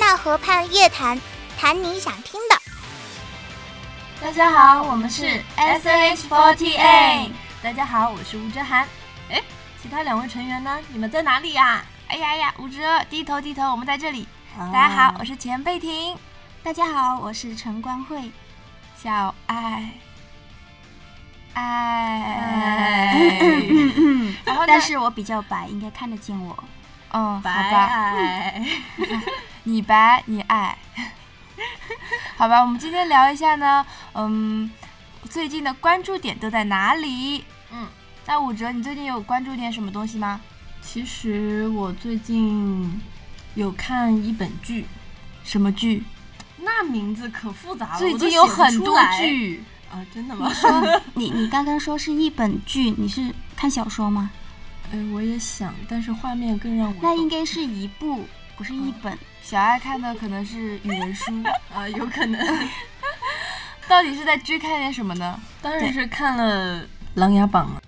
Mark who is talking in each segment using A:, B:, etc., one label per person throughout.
A: 纳河畔夜谈，谈你想听的。
B: 大家好，我们是 S H Forty Eight。大家好，我是吴哲涵。哎，其他两位成员呢？你们在哪里呀、
C: 哎呀呀，吴哲，低头低头，我们在这里。
B: 啊
C: 大家好，我是钱贝婷。
D: 大家好，我是陈光慧。
C: 小爱，
B: 哎
C: 爱，然后呢
D: 但是我比较白，应该看得见我。
C: 嗯，好
B: 白
C: 吧，
B: 爱，
C: 你白你爱，好吧，我们今天聊一下呢，嗯，最近的关注点都在哪里？
B: 嗯，
C: 那武哲，你最近有关注点什么东西吗？
B: 其实我最近有看一本剧，
C: 什么剧？
B: 那名字可复杂了，
C: 最
B: 我都
C: 近有
B: 写不
C: 很
B: 出
C: 多
B: 来
C: 剧，
B: 啊，真 的吗？
D: 你你刚刚说是一本剧，你是看小说吗？
B: 哎，我也想，但是画面更让我
D: 那应该是一部，不是一本。
C: 小爱看的可能是语文 书，
B: 啊，有可能，
C: 到底是在追看点什么呢？
B: 当然是看了《琅琊榜》啊了。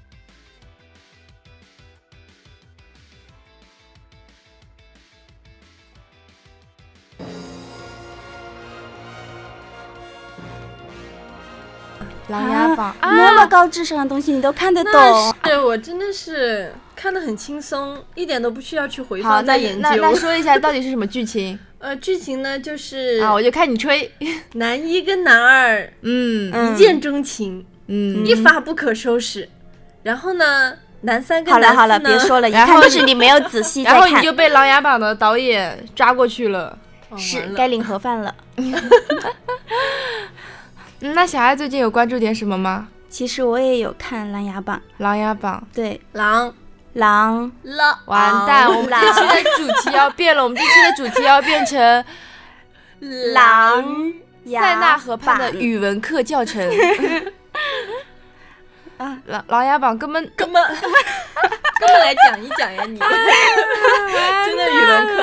D: 《琅
C: 啊
D: 琊榜》那么高智商的东西你都看得
C: 哦
D: 懂？
B: 对，我真的是看得很轻松，一点都不需要去回
C: 好，
B: 放
C: 那
B: 再研
C: 那那
B: 究。
C: 说一下到底是什么剧 情
B: 呃，剧情呢就是
C: 啊？我就看你吹，
B: 男一跟男二
C: 嗯
B: 一见钟情，
C: 嗯，
B: 一发不可收拾。然后呢，男三跟
D: 好
B: 男
D: 了
B: 四
D: 好了，
B: 呢
D: 别说了，一
C: 然
D: 看
C: 后
D: 就是你没有仔 细在
C: 然后你
D: 看，
C: 就被《琅琊榜》的导演抓过去了。
B: 哦完
D: 是
B: 了
D: 该领盒饭了。
C: 嗯那小爱最近有关注点什么吗？
D: 其实我也有看《琅琊榜》，
C: 《琅琊榜
D: 对，
B: 狼
D: 狼
B: 了，
C: 完蛋，
D: 哦
C: 我们这期的主题要变了，我们这期的主题要变 成
D: 狼
C: 塞
D: 塞
C: 纳河畔的语文课教程。
D: 啊，
C: 琅琅琊榜根本
B: 哥们，哥们来讲一讲呀， 你真的语文课，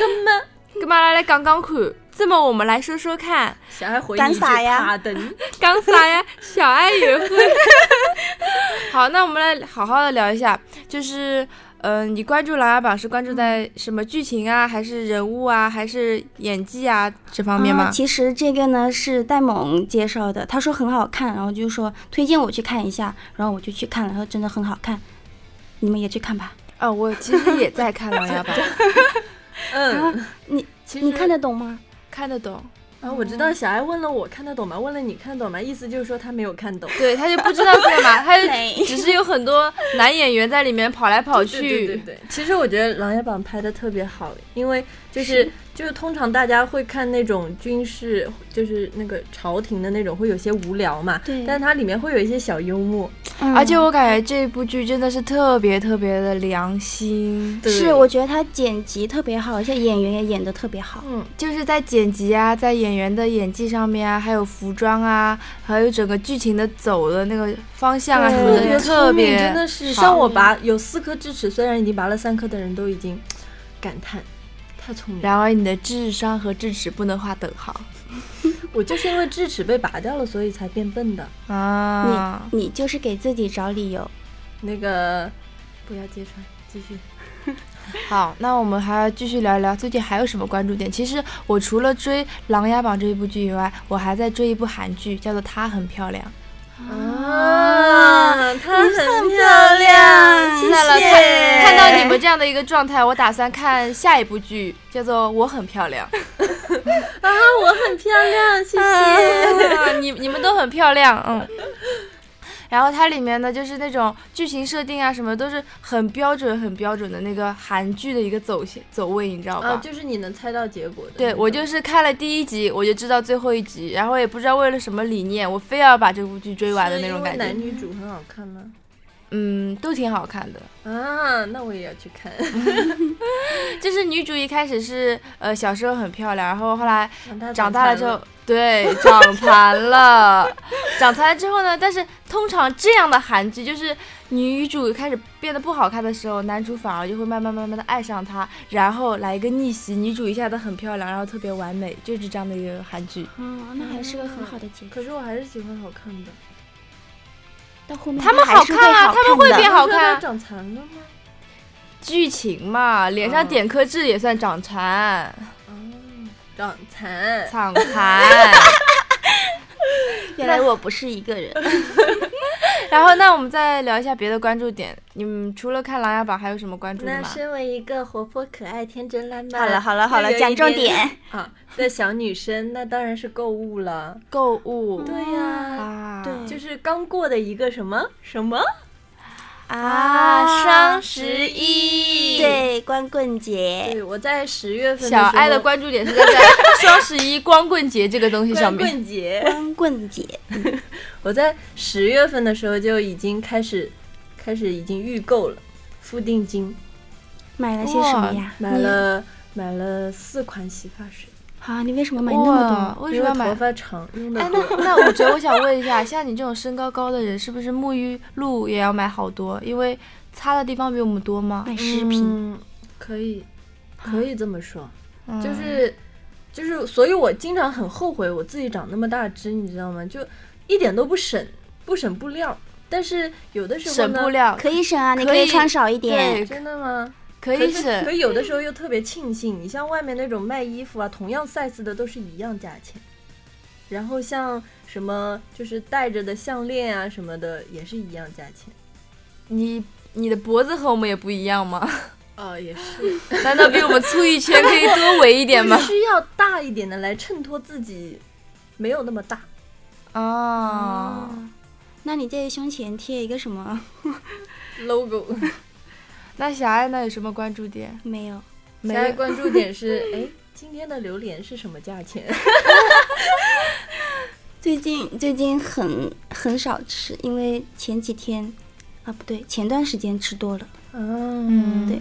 B: 哥们。
C: 干嘛来来讲讲看？这么我们来说说看，
B: 小孩回
D: 干
B: 你一句
D: 啥呀
B: 卡灯，
C: 讲啥呀？小爱也 会。好，那我们来好好的聊一下，就是，嗯、你关注琅琊榜是关注在什么剧情啊，还是人物啊，还是演技啊这方面吗
D: 啊？其实这个呢是戴萌介绍的，他说很好看，然后就说推荐我去看一下，然后我就去看了，然后真的很好看，你们也去看吧。
C: 啊、我其实也在看 琅琊榜，
B: 嗯，
D: 你
B: 其实
D: 你看得懂吗？
C: 看得懂。
B: 啊，我知道小爱问了我看得懂吗？问了你看得懂吗？意思就是说他没有看懂。
C: 对，他就不知道在干 嘛，他就
D: 对
C: 只是有很多男演员在里面跑来跑去。
B: 对对对，其实我觉得《琅琊榜》拍的特别好，因为就是就是通常大家会看那种军事，就是那个朝廷的那种，会有些无聊嘛。
D: 对
B: 但它里面会有一些小幽默。
D: 嗯
C: 而且我感觉这部剧真的是特别特别的良心，
B: 对
D: 嗯是我觉得他剪辑特别好，而且演员也演得特别好。
B: 嗯，
C: 就是在剪辑啊，在演员的演技上面啊，还有服装啊，还有整个剧情的走的那个方向啊
B: 对
C: 什么
B: 特
C: 的，
B: 别
C: 特
B: 聪明
C: 别
B: 真的是
C: 好
B: 像我拔有四颗智齿，虽然已经拔了三颗的人都已经感叹太聪明了。
C: 然而你的智商和智齿不能划等号
B: 我就是因为智齿被拔掉了，所以才变笨的。
C: 啊！
D: 你你就是给自己找理由，
B: 那个不要揭穿，继续。
C: 好，那我们还要继续聊一聊最近还有什么关注点。其实我除了追《琅琊榜》这一部剧以外，我还在追一部韩剧，叫做《她很漂亮》，
B: 啊，她很漂亮，啊
C: 看嗯了看看到你们这样的一个状态，我打算看下一部剧，叫做《我很漂亮》。
B: 啊，我很漂亮，谢谢。
C: 啊 你你们都很漂亮，嗯。然后它里面呢，就是那种剧情设定啊，什么都是很标准、很标准的那个韩剧的一个走线走位，你知道吧？
B: 啊，就是你能猜到结果的那种。
C: 对我就是看了第一集，我就知道最后一集，然后也不知道为了什么理念，我非要把这部剧追完的那种
B: 是
C: 感
B: 因为男
C: 觉。
B: 女主很好看吗？
C: 嗯，都挺好看的。
B: 啊，那我也要去看。
C: 嗯就是女主一开始是呃小时候很漂亮，然后后来 长
B: 长
C: 大
B: 大
C: 了之后，对，长残了，长残了之后呢，但是通常这样的韩剧就是女主开始变得不好看的时候，男主反而就会慢慢慢慢的爱上她，然后来一个逆袭，女主一下子很漂亮，然后特别完美，就是这样的一个韩剧。
D: 嗯，那还是个很好的结果。
B: 可是我还是喜欢好看的。
D: 到后面
C: 他们
D: 还是
C: 好看啊
D: 好
C: 他们会
D: 的
C: 变好
B: 你
C: 看
B: 说她长残了吗？
C: 剧情嘛，脸上
B: 嗯
C: 点颗痣也算长残。
B: 啊，
E: 长 残。
C: 惨惨。
D: 嗯原来我不是一个人。
C: 然后，那我们再聊一下别的关注点。你们除了看《琅琊榜》，还有什么关注的
E: 那
C: 吗？
E: 身为一个活泼可爱、天真烂 漫，
D: 好了好了好
E: 又
D: 了，
E: 有
D: 讲
E: 一
D: 重
E: 点
D: 点。
E: 啊的小女生，那当然是购物了。
C: 购物。
E: 对呀、
C: 啊，
D: 对
E: 就是刚过的一个什么什么，
C: 啊，双十一。。
D: 对光棍节，
E: 对我在十月份
C: 哎小爱的
E: 光
C: 关注点是在在双十一光棍节这个东西上
E: 光
C: 面。
E: 棍节，
D: 光棍节，
E: 我在十月份的时候就已经开始，开始已经预购了，付定金，
D: 买了些什么
C: 哎
D: 呀？
E: 买了买了四款洗发水，
D: 啊，你为什么买那么
C: 哇
D: 多？
C: 为什
E: 因
C: 么
E: 为
C: 要
E: 头
C: 买？啊
E: 发长用的
C: 哎，那那我觉得我想问一下，像你这种身高高的人，是不是沐浴露也要买好多？因为擦的地方比我们多吗？
D: 买饰品，
E: 嗯可以，可以这么说，
C: 啊嗯
E: 就是就是，所以我经常很后悔我自己长那么大只，你知道吗？就一点都不省不省布料，但是有的时候
C: 省
E: 呢
C: 布，料，
D: 可以省啊，你
C: 可
D: 可以
C: 以
D: 穿少一点。
C: 对，
E: 真的吗？
C: 可以省
E: 可。有的时候又特别庆幸，你像外面那种卖衣服啊，同样 size 的都是一样价钱，然后像什么就是戴着的项链啊什么的也是一样价钱。
C: 你你的脖子和我们也不一样吗？
E: 啊，也是，
C: 难道比我们粗一圈可以多围一点吗
E: 我？需要大一点的来衬托自己没有那么大。嗯
C: 啊，
D: 哦，那你在胸前贴一个什么？
E: logo。
C: 那小爱那有什么关注点？
D: 没有，
C: 没
E: 现在
C: 有
E: 关注点是，哎，今天的榴莲是什么价钱？
D: 最近最近很很少吃，因为前几天啊不对，前段时间吃多了。
C: 啊
E: 嗯
D: 对。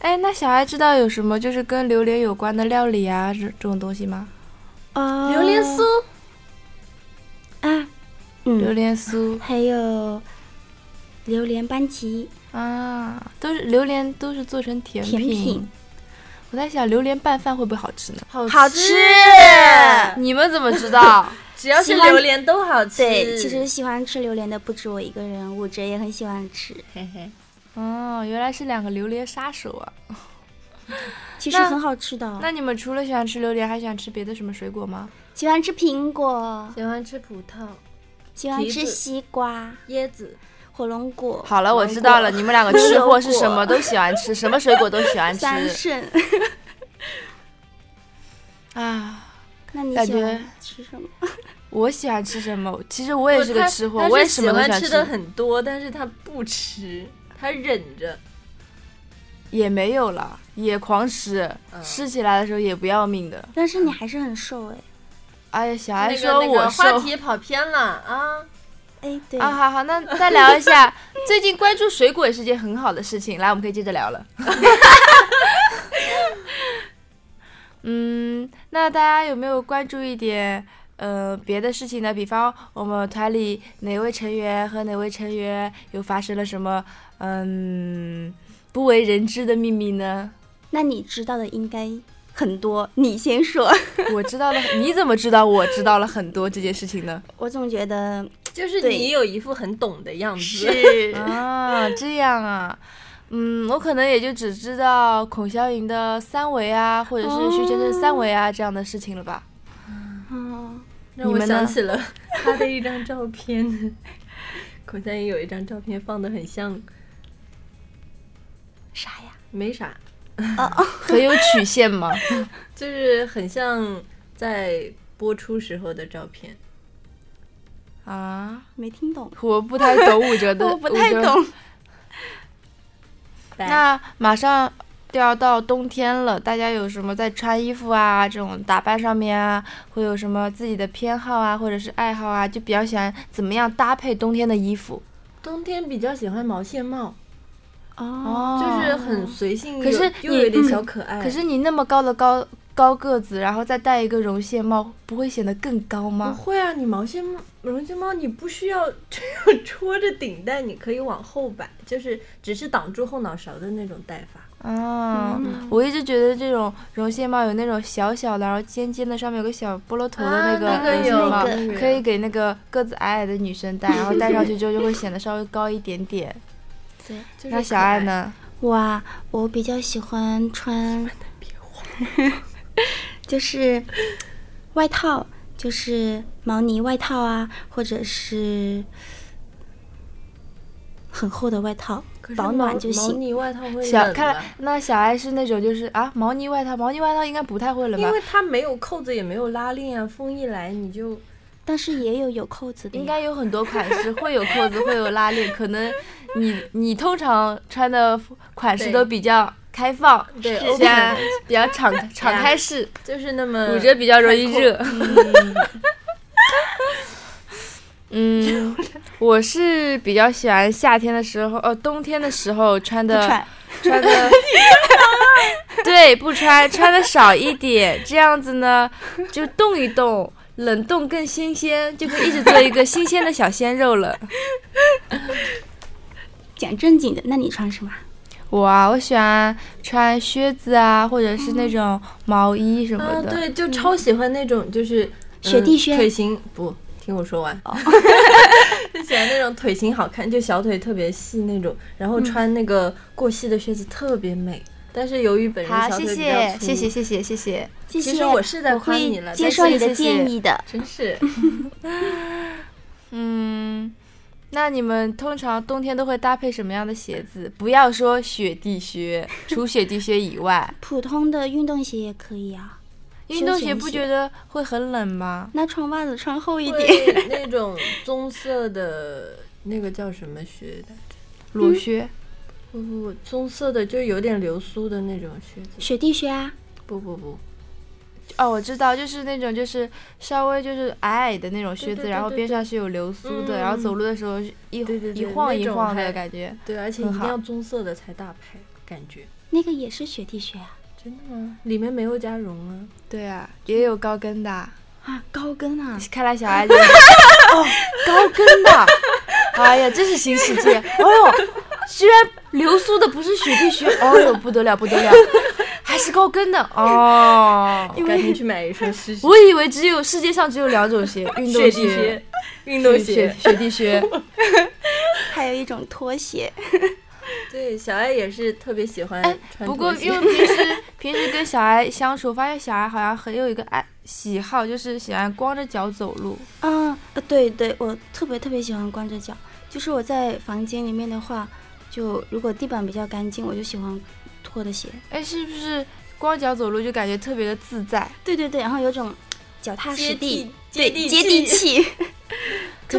C: 哎，那小爱知道有什么就是跟榴莲有关的料理啊这这种东西吗？
D: 哦
E: 榴莲酥，
D: 啊，
C: 榴
D: 嗯，
C: 莲酥
D: 还有榴莲班戟，
C: 啊，都是榴莲都是做成甜
D: 甜品
C: 我在想榴莲拌饭会不会好吃 呢？
E: 好
D: 好
E: 吃，
C: 你们怎么知道？
E: 只要是
D: 喜欢
E: 榴莲都好吃。
D: 对，其实喜欢吃榴莲的不止我一个人，武哲也很喜欢吃。
E: 嘿嘿，
C: 哦，原来是两个榴莲杀手啊！
D: 其实
C: 那
D: 很好吃的哦，
C: 那你们除了喜欢吃榴莲，还喜欢吃别的什么水果吗？
D: 喜欢吃苹果，
E: 喜欢吃葡萄、
D: 喜欢
E: 提
D: 吃
E: 子
D: 西瓜、
E: 椰子，
D: 火龙果、
C: 好了，我
D: 芒
C: 知道
D: 果
C: 了，你们两个吃货是什么都喜欢吃，什么水果都喜欢吃
D: 桑葚。
C: 啊。
D: 那你
C: 感
D: 喜
C: 觉
D: 欢吃什么？
C: 我喜欢吃什么？其实我也是个
E: 他
C: 吃货
E: 他，是
C: 我也什么都
E: 喜
C: 喜
E: 欢
C: 欢
E: 吃的很多，但是他不吃，他忍着。
C: 也没有了，也狂吃，
E: 嗯
C: 吃起来的时候也不要命的。
D: 但是你还是很瘦
E: 啊
D: 哎。
C: 哎呀，小
E: 那
C: 爱
E: 个
C: 说
E: 那个
C: 我瘦、
E: 话题跑偏了啊！
D: 哎，对，
C: 啊，好好，那再聊一下，最近关注水果也是件很好的事情。来，我们可以接着聊了。 嗯，那大家有没有关注一点呃别的事情呢？比方我们团里哪位成员和哪位成员又发生了什么嗯不为人知的秘密呢？
D: 那你知道的应该很多，你先说。
C: 我知道了，你怎么知道我知道了很多这件事情呢？
D: 我总觉得
E: 就是
D: 对
E: 你有一副很懂的样子，
D: 是
C: 啊，这样啊，嗯，我可能也就只知道孔霄莹的三维啊，或者是徐真真三维啊这样的事情了吧。
D: 哦，
E: 让
C: 你
E: 我
C: 们呢
E: 想起了 他的一张照片。 孔夏也有一张照片放的很像，
D: 啥呀？
E: 没啥，
C: 很有曲线嘛。
E: 就是很像在播出时候的照片。
C: 啊，
D: 没听懂，
C: 我不太懂武哲的，
D: 我不太
C: 武哲。
D: 懂。
C: 那马上就要到冬天了，大家有什么在穿衣服啊这种打扮上面啊，会有什么自己的偏好啊，或者是爱好啊，就比较喜欢怎么样搭配冬天的衣服？
E: 冬天比较喜欢毛线帽，
D: 哦，
C: 哦
E: 就是很随性，
C: 可是
E: 又
C: 你嗯
E: 又有点小可爱。
C: 可是你那么高的高高个子，然后再戴一个绒线帽，不会显得更高
E: 不
C: 吗？
E: 会啊，你毛线帽、绒线帽，你不需要 这样戳着顶戴，你可以往后摆，就是只是挡住后脑勺的那种戴法。
C: 啊、
E: 嗯
C: 我一直觉得这种绒线帽有那种小小的，然后尖尖的，上面有个小菠萝头的
E: 啊
C: 个
E: 那个
C: 绒线
E: 有
C: 帽，
E: 那个
C: 可以给那个个子矮矮的女生戴，然后戴上去之后就会显得稍微高一点 点。
D: 对，
E: 就是
C: 那小
E: 可爱
C: 爱？呢？
D: 哇，我比较喜欢穿， 就是外套，就是毛呢外套啊，或者是很厚的外套
E: 可，是
D: 保
E: 毛
D: 暖就
E: 毛
D: 行。
E: 呢外套会
C: 小
E: 冷啊
C: 看来
E: 吧
C: 那小爱是那种就是啊毛呢外套，毛呢外套应该不太会冷吧
E: 因？为它没有扣子，也没有拉链啊，风一来你就
D: 但是也有有扣子的呀，
C: 应该有很多款式，会有扣子，会有拉链，可能你你通常穿的款式
E: 对
C: 都比较开放，
E: 对
C: 是
E: open
C: 吧比较敞敞开式，
E: 就是那么
C: 骨折比较容易热。
E: 嗯
C: 嗯，我是比较喜欢夏天的时候，呃，冬天的时候穿
D: 不
C: 的
D: 穿。
C: 穿 的，对，不穿，穿的少一点，这样子呢，就动一动，冷冻更新鲜，就可以一直做一个新鲜的小鲜肉了。
D: 讲正经的，那你穿什么？
C: 我啊，我喜欢穿靴子啊，或者是那种毛衣什么
E: 啊，
C: 的。嗯
E: 对，就超喜欢那种就是、嗯
D: 雪地靴
E: 腿型不。听我说
C: 哦
E: 完， 就喜欢那种腿型好看，就小腿特别细那种，然后穿那个过细的靴子特别美。但是由于本人
C: 好，
E: 小
C: 谢
E: 腿比较
C: 谢，
E: 粗
C: 谢谢，谢谢，谢谢。
D: 谢谢，
E: 其实我是在夸
D: 会
E: 你了
D: 接
E: 但
D: 受
C: 是
D: 你的
C: 谢谢
D: 建议的。
E: 真是
C: 嗯，那你们通常冬天都会搭配什么样的鞋子？不要说雪地靴，除雪地靴以外，
D: 普通的运动鞋也可以啊，
C: 运动
D: 休
C: 鞋
D: 闲
C: 不
D: 鞋
C: 觉得会很冷吗？
D: 那穿袜子穿厚一点。
E: 会那种棕色的那个叫什么靴的？
C: 裸靴，
E: 不不不，棕色的就有点流苏的那种靴子。
D: 雪地靴啊，
E: 不不不，
C: 哦，我知道，就是那种就是稍微就是矮矮的那种靴子，
E: 对对
C: 然后
E: 对
C: 边
E: 对
C: 上是有流苏的，然后
E: 嗯
C: 走路的时候一
E: 对对
C: 一
E: 对
C: 晃
E: 那
C: 一
E: 种
C: 晃
E: 还
C: 的感觉。
E: 对，而且一
C: 很
E: 定
C: 好
E: 要棕色的才大牌，感觉
D: 那个也是雪地靴啊。
E: 真的吗？里面没有加绒啊。
C: 对啊，也有高跟的啊。
D: 啊，高跟啊，
C: 看来小孩 子哦，高跟的，哎呀，真是新世界！哎呦，居然流苏的不是雪地靴，哎呦，不得了，不得了，还是高跟的 哦。
E: 我赶紧去买一双试试。
C: 我以为只有世界上只有两种鞋，运动
E: 雪地
C: 鞋
E: 靴、、运动
C: 雪
E: 鞋。
C: 雪地靴。
D: 还有一种拖鞋，
E: 对，小爱也是特别喜欢
C: 哎
E: 穿
C: 不过
E: 拖鞋
C: 因为平时平时跟小孩相处，我发现小孩好像很有一个爱喜好，就是喜欢光着脚走路。
D: 啊，呃对对，我特别特别喜欢光着脚。就是我在房间里面的话，就如果地板比较干净，我就喜欢拖的鞋。
C: 哎，是不是光脚走路就感觉特别的自在？
D: 对对对，然后有种脚踏实
E: 接
D: 地
E: 地、
D: 对
E: 地
D: 接
E: 接
D: 地。 气，特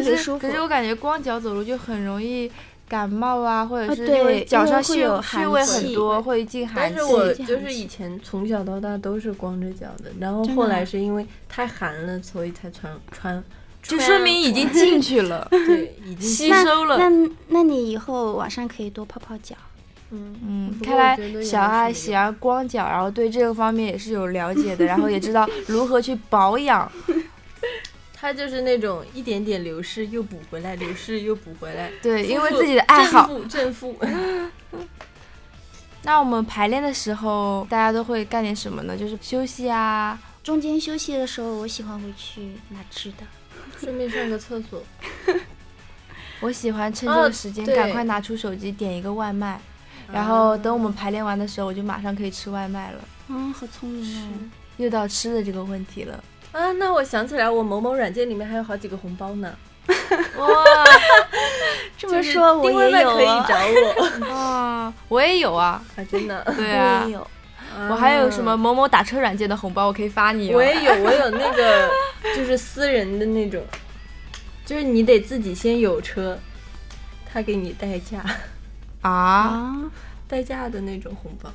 C: 可是
D: 别舒服
C: 可。是我感觉光脚走路就很容易感冒啊，或者
D: 啊
C: 是
D: 对
C: 因为脚上
D: 因为会
C: 血
D: 有
C: 血
D: 寒
C: 味
D: 气
C: 很多，会进寒
E: 但
C: 气
E: 是。
D: 这
E: 我
D: 样
E: 就是
D: 子
E: 以前从小到大都是光着脚的，然后
D: 真的
E: 后
D: 啊
E: 来是因为太寒了，所以才穿穿。
C: 就
E: 穿
C: 说明已经进去了，
E: 对，已经
C: 吸收了。
D: 那那你以后晚上可以多泡泡脚。
E: 嗯，
C: 嗯，
E: 不
C: 看
E: 过我
C: 来
E: 觉得
C: 小
E: 也没什
C: 爱
E: 么
C: 喜
E: 用
C: 欢光脚，然后对这个方面也是有了解的，然后也知道如何去保养。
E: 他就是那种一点点流失又补回来，流失又补回来，
C: 对，因为
E: 负
C: 自己的爱好。
E: 正 负正负。
C: 那我们排练的时候，大家都会干点什么呢？就是休息啊，
D: 中间休息的时候，我喜欢回去拿吃的。
E: 顺便上个厕所，
C: 我喜欢趁
E: 哦
D: 啊
C: 这个时间
E: 对
C: 赶快拿出手机点一个外卖，然后等我们排练完的时候，我就马上可以吃外卖了。
D: 嗯，好聪明哦！
C: 又到吃的这个问题了，
E: 啊，那我想起来，我某某软件里面还有好几个红包呢。
C: 哇
D: 这
E: 就
D: 么
E: 是
D: 说我
E: 订外
D: 也
E: 卖
D: 有
E: 可以
D: 啊
E: 找 我
C: 啊，我也有啊，
E: 啊，真的。
C: 对
D: 我
C: 啊
D: 也，有。
C: 我还有
E: 啊
C: 什么？某某打车软件的红包，我可以发你、哦。
E: 我也有，我有那个就是私人的那种，就是你得自己先有车，他给你代驾，
C: 啊，
D: 啊，
E: 代驾的那种红包。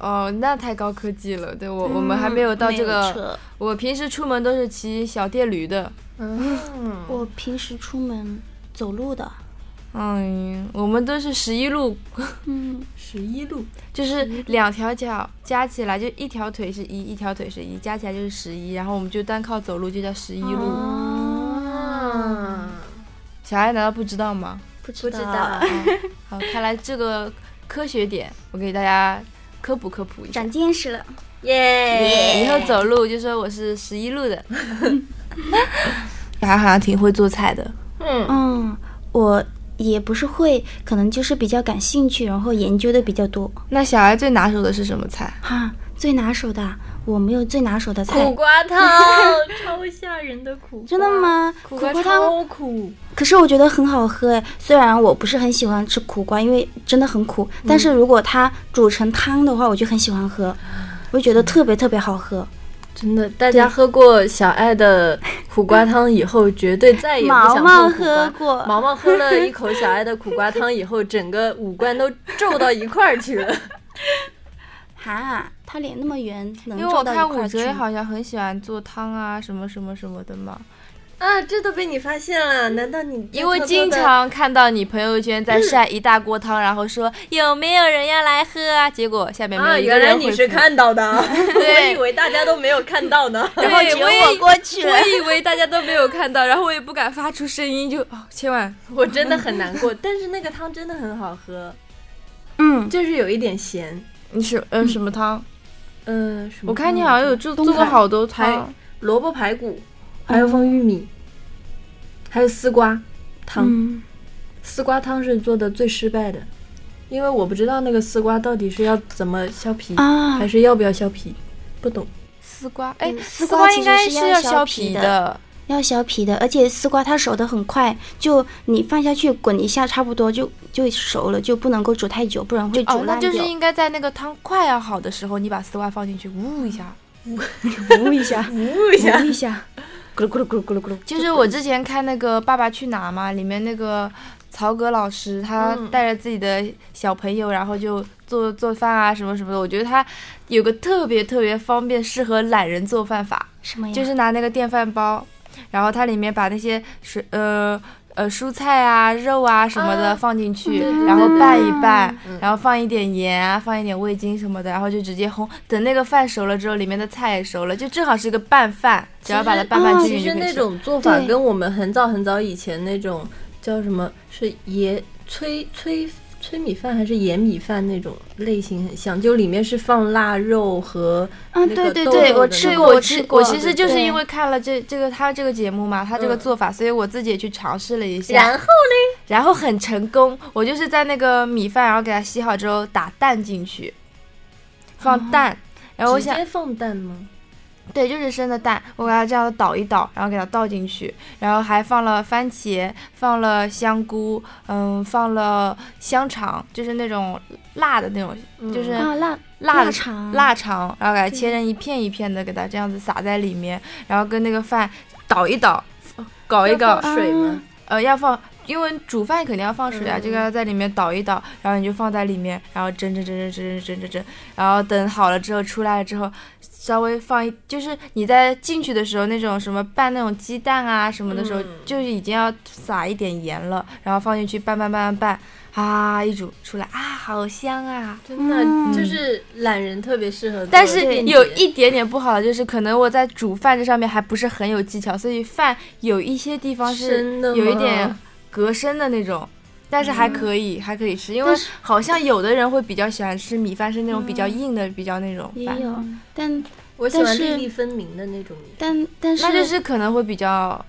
C: 哦，那太高科技了，对我、我们还没有到这
D: 嗯没有
C: 个。
D: 车
C: 我平时出门都是骑小电驴的。
E: 嗯，
D: 我平时出门走路的，
C: 嗯，我们都是十一路，
D: 嗯，
E: 十一路，
C: 就是两条脚加起来就一条腿是一，一条腿是一，加起来就是十一，然后我们就单靠走路就叫十一路。
E: 嗯，
C: 小爱难道不知道吗？
D: 哦
C: 哦
D: 不知
E: 不知道。
C: 好，看来这个科学点，我给大家科普科普一下
D: 长。见识了。
E: 耶！
D: 哎
C: 以后走路就说我是十一路 的。小孩好像挺会做菜的。
E: 嗯，
D: 嗯，我也不是会，可能就是比较感兴趣，然后研究的比较多。
C: 那小爱最拿手的是什么菜？
D: 哈、最拿手的啊，我没有最拿手的
E: 苦
D: 菜，
E: 瓜汤，超吓人的苦瓜。
D: 真的？吗？
E: 苦
D: 瓜
E: 瓜
D: 汤，
E: 超苦，
D: 可是我觉得很好喝哎。虽然我不是很喜欢吃苦瓜，因为真的很苦，
E: 嗯
D: 但是如果它煮成汤的话，我就很喜欢喝，我就觉得特别特别好喝。
E: 真的。大家喝过小爱的苦瓜汤以后，绝对再也不
D: 毛
E: 想
D: 毛
E: 碰苦瓜
D: 喝。过，
E: 毛毛喝了一口小爱的苦瓜汤以后，整个五官都皱到一块儿去了。
D: 哈，他脸那么圆，能
C: 因为我
D: 皱到
C: 看
D: 一块
C: 武
D: 儿去
C: 则
D: 吗？
C: 好像很喜欢做汤啊，什么什么什么的嘛。
E: 啊，这都被你发现了？难道你
C: 因为经常看到你朋友圈
D: 嗯
C: 在晒一大锅汤，然后说有没有人要来喝啊？结果下面没有
E: 啊，
C: 一个
E: 原
C: 人
E: 来
C: 回复。
E: 你是看 到的啊，我
C: 对
E: 以为大家都没有看到 呢。
C: 对，
D: 然后只有
C: 我也
D: 我过去了
C: 我以为大家都没有看到，然后我也不敢发出声音，就哦，千万
E: 我真的很难过，但是那个汤真的很好喝，
D: 嗯，
E: 就是有一点咸。
C: 你是嗯什么汤？
E: 嗯，
C: 我看你好像有做做
D: 东
C: 过
D: 海
C: 好多汤
D: 嗯
E: 还，萝卜排骨，还有放玉米，还有丝瓜汤。
D: 嗯，
E: 丝瓜汤是做的最失败的，因为我不知道那个丝瓜到底是要怎么削皮，
D: 啊
E: 还是要不要削皮，不懂。
C: 丝瓜，哎，
D: 嗯丝
C: 瓜
D: 瓜其
C: 应
D: 实
C: 该
D: 是
C: 是
D: 要削
C: 削
D: 皮的
C: 的，
D: 要削皮的，而且丝瓜它熟的很快，就你放下去滚一下，差不多就就熟了，就不能够煮太久，不然会
C: 哦
D: 煮，
C: 那
D: 烂
C: 就
D: 掉。
C: 是应该在那个汤快要好的时候，你把丝瓜放进去，呜 一下。
D: 捂一 下，
E: 呜 一下
D: 捂，一下，咕噜咕噜咕噜咕噜咕噜。
C: 就是我之前看那个《爸爸去哪儿》嘛，里面那个曹格老师，他
E: 嗯
C: 带着自己的小朋友，然后就做做饭啊什么什么的。我觉得他有个特别特别方便、适合懒人做饭法，
D: 什么呀？
C: 就是拿那个电饭煲，然后它里面把那些水呃。呃，蔬菜啊、肉啊什么的
E: 啊
C: 放进去，
D: 嗯
E: 对对
C: 然后
E: 对
C: 拌一拌，
E: 嗯
C: 然后放一点盐啊，放一点味精什么的，然后就直接烘。等那个饭熟了之后，里面的菜也熟了，就正好是一个拌饭，只要把它拌
D: 哦
C: 拌均匀
E: 其
C: 就可以
E: 实啊那
C: 吃。
E: 种做法
D: 对
E: 跟我们很早很早以前那种叫什么是盐炊炊炊米饭还是盐米饭那种类型很像，就里面是放腊肉和
D: 啊，
E: 那
D: 对
E: 个
D: 对
E: 豆
D: 对，
E: 豆
D: 我
E: 的
D: 吃
E: 那
C: 对
D: 过，
C: 我
D: 吃
C: 其
D: 过。
C: 我其实就是
D: 对
C: 因为看了这这个他这个节目嘛，他这个
E: 嗯
C: 做法，所以我自己也去尝试了一下，
E: 然后呢？
C: 然后很成功。我就是在那个米饭，然后给它洗好之后打蛋进去，放蛋，然后我
E: 哦直
C: 想
E: 接放蛋吗？
C: 对，就是生的蛋，我给它这样捣一捣，然后给它倒进去，然后还放了番茄，放了香菇，嗯，放了香肠，就是那种辣的那种，
E: 嗯
C: 就是
D: 啊，辣
C: 辣的
D: 肠，
C: 腊肠，然后给它切成一片一片的，给它这样子撒在里面，然后跟那个饭倒一倒，搞一搞
E: 要，放水吗？
D: 嗯
C: 呃，要放，因为煮饭肯定要放水啊，
E: 嗯
C: 这个要在里面倒一倒，然后你就放在里面，然后蒸蒸蒸蒸蒸蒸蒸蒸蒸，然后等好了之后出来了之后，稍微放一，就是你在进去的时候那种什么拌那种鸡蛋啊什么的时候，
E: 嗯
C: 就是已经要撒一点盐了，然后放进去拌拌拌拌拌，啊一煮出来啊，好香啊！
E: 真的、
D: 嗯
E: 就是懒人特别适合做
C: 但
E: 便捷，
C: 是有一点点不好的就是，可能我在煮饭这上面还不是很有技巧，所以饭有一些地方是
E: 生的
C: 有一
E: 吗
C: 点隔生的那种，但是还可以，还可以吃，因为
D: 嗯但是嗯
C: 好像有的人会比较喜欢吃米饭，是那种比较硬的，比较那种
D: 也
C: 饭，
D: 有，但
E: 我喜欢
D: 但是
E: 粒粒分明的那种米。
D: 但但是
C: 那就是可能会比较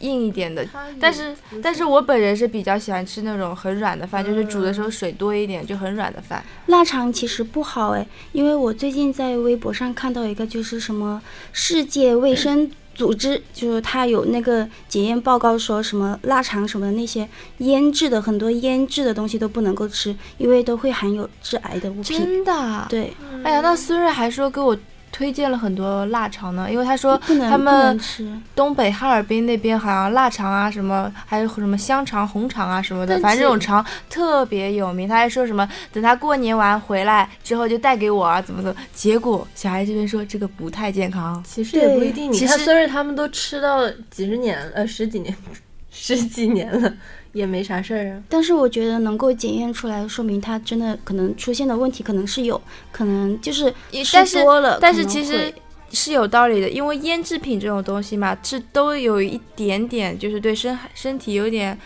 C: 硬一点的。但是，但是我本人是比较喜欢吃那种很软的饭，就是煮的时
D: 嗯
C: 候水多一点，就很软的饭。
D: 腊肠其实不好哎，因为我最近在微博上看到一个，就是什么世界卫生组织，就是它有那个检验报告说什么腊肠什么那些腌制的很多腌制的东西都不能够吃，因为都会含有致癌的物品。
C: 真的啊？
D: 对，
C: 哎呀，那孙瑞还说给我推荐了很多腊肠呢，因为他说
D: 不能
C: 哦他
D: 不能
C: 们
D: 吃。
C: 东北哈尔滨那边好像腊肠啊，什么还有什么香肠、红肠啊什么的，
E: 但
C: 反正这
E: 是
C: 种肠特别有名。他还说什么等他过年完回来之后就带给我啊，怎么怎么。结果小孩这边说这个不太健康，
E: 其实也不一定，你
C: 其
E: 看
C: 实
E: 孙瑞他们都吃到几十年了，呃，十几年， 十几年了，也没啥事儿啊。
D: 但是我觉得能够检验出来，说明它真的可能出现的问题可能是有，可能就是
C: 也
D: 吃
C: 但是
D: 多了
C: 但
D: 呃可
C: 是
D: 能
C: 其实
D: 会。
C: 是有道理的，因为腌制品这种东西嘛，是都有一点点就是对身身体有点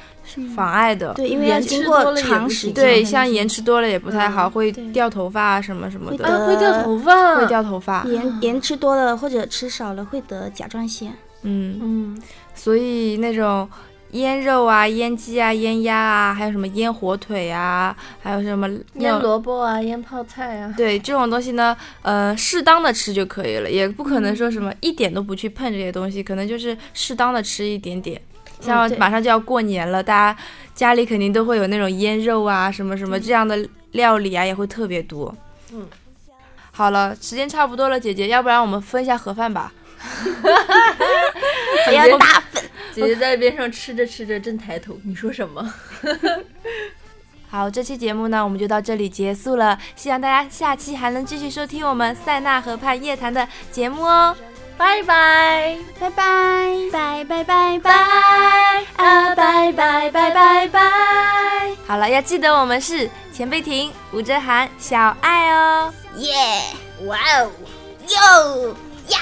C: 妨碍的。
D: 对，因为要
E: 盐
D: 经
E: 吃
D: 过
E: 多了也
D: 长
E: 不
D: 时间
E: 行对
D: 的
C: 对，
D: 那
C: 像
D: 种
C: 盐吃多了也不太好，会
D: 对嗯
C: 掉头发啊什么什么
D: 会
C: 的，
E: 啊，会掉头发，
C: 会掉头发。
D: 盐盐吃多了或者吃少了会得甲状腺。
C: 嗯，
E: 嗯，
C: 所以那种腌肉啊、腌鸡啊、腌鸭啊，还有什么腌火腿啊，还有什么那
E: 腌
C: 种
E: 萝卜啊，腌泡菜啊，
C: 对这种东西呢，呃，适当的吃就可以了，也不可
E: 嗯
C: 能说什么一点都不去碰这些东西，可能就是适当的吃一点点。像
E: 嗯对
C: 马上就要过年了，大家家里肯定都会有那种腌肉啊、什么什么这样的料理啊，也会特别多。
E: 嗯，
C: 好了，时间差不多了，姐姐，要不然我们分一下盒饭 吧。
A: 还
E: 哎
A: 要打粉。
E: 姐姐在边上吃着吃着正抬头，你说什么？
C: 好，这期节目呢，我们就到这里结束了。希望大家下期还能继续收听我们塞纳河畔夜谈的节目哦。
E: 拜拜。
A: 拜拜拜拜拜拜啊拜拜拜拜拜，
C: 好了，要记得我们是钱贝婷、吴哲涵、小爱哦。
A: 耶！哇哦，哟呀！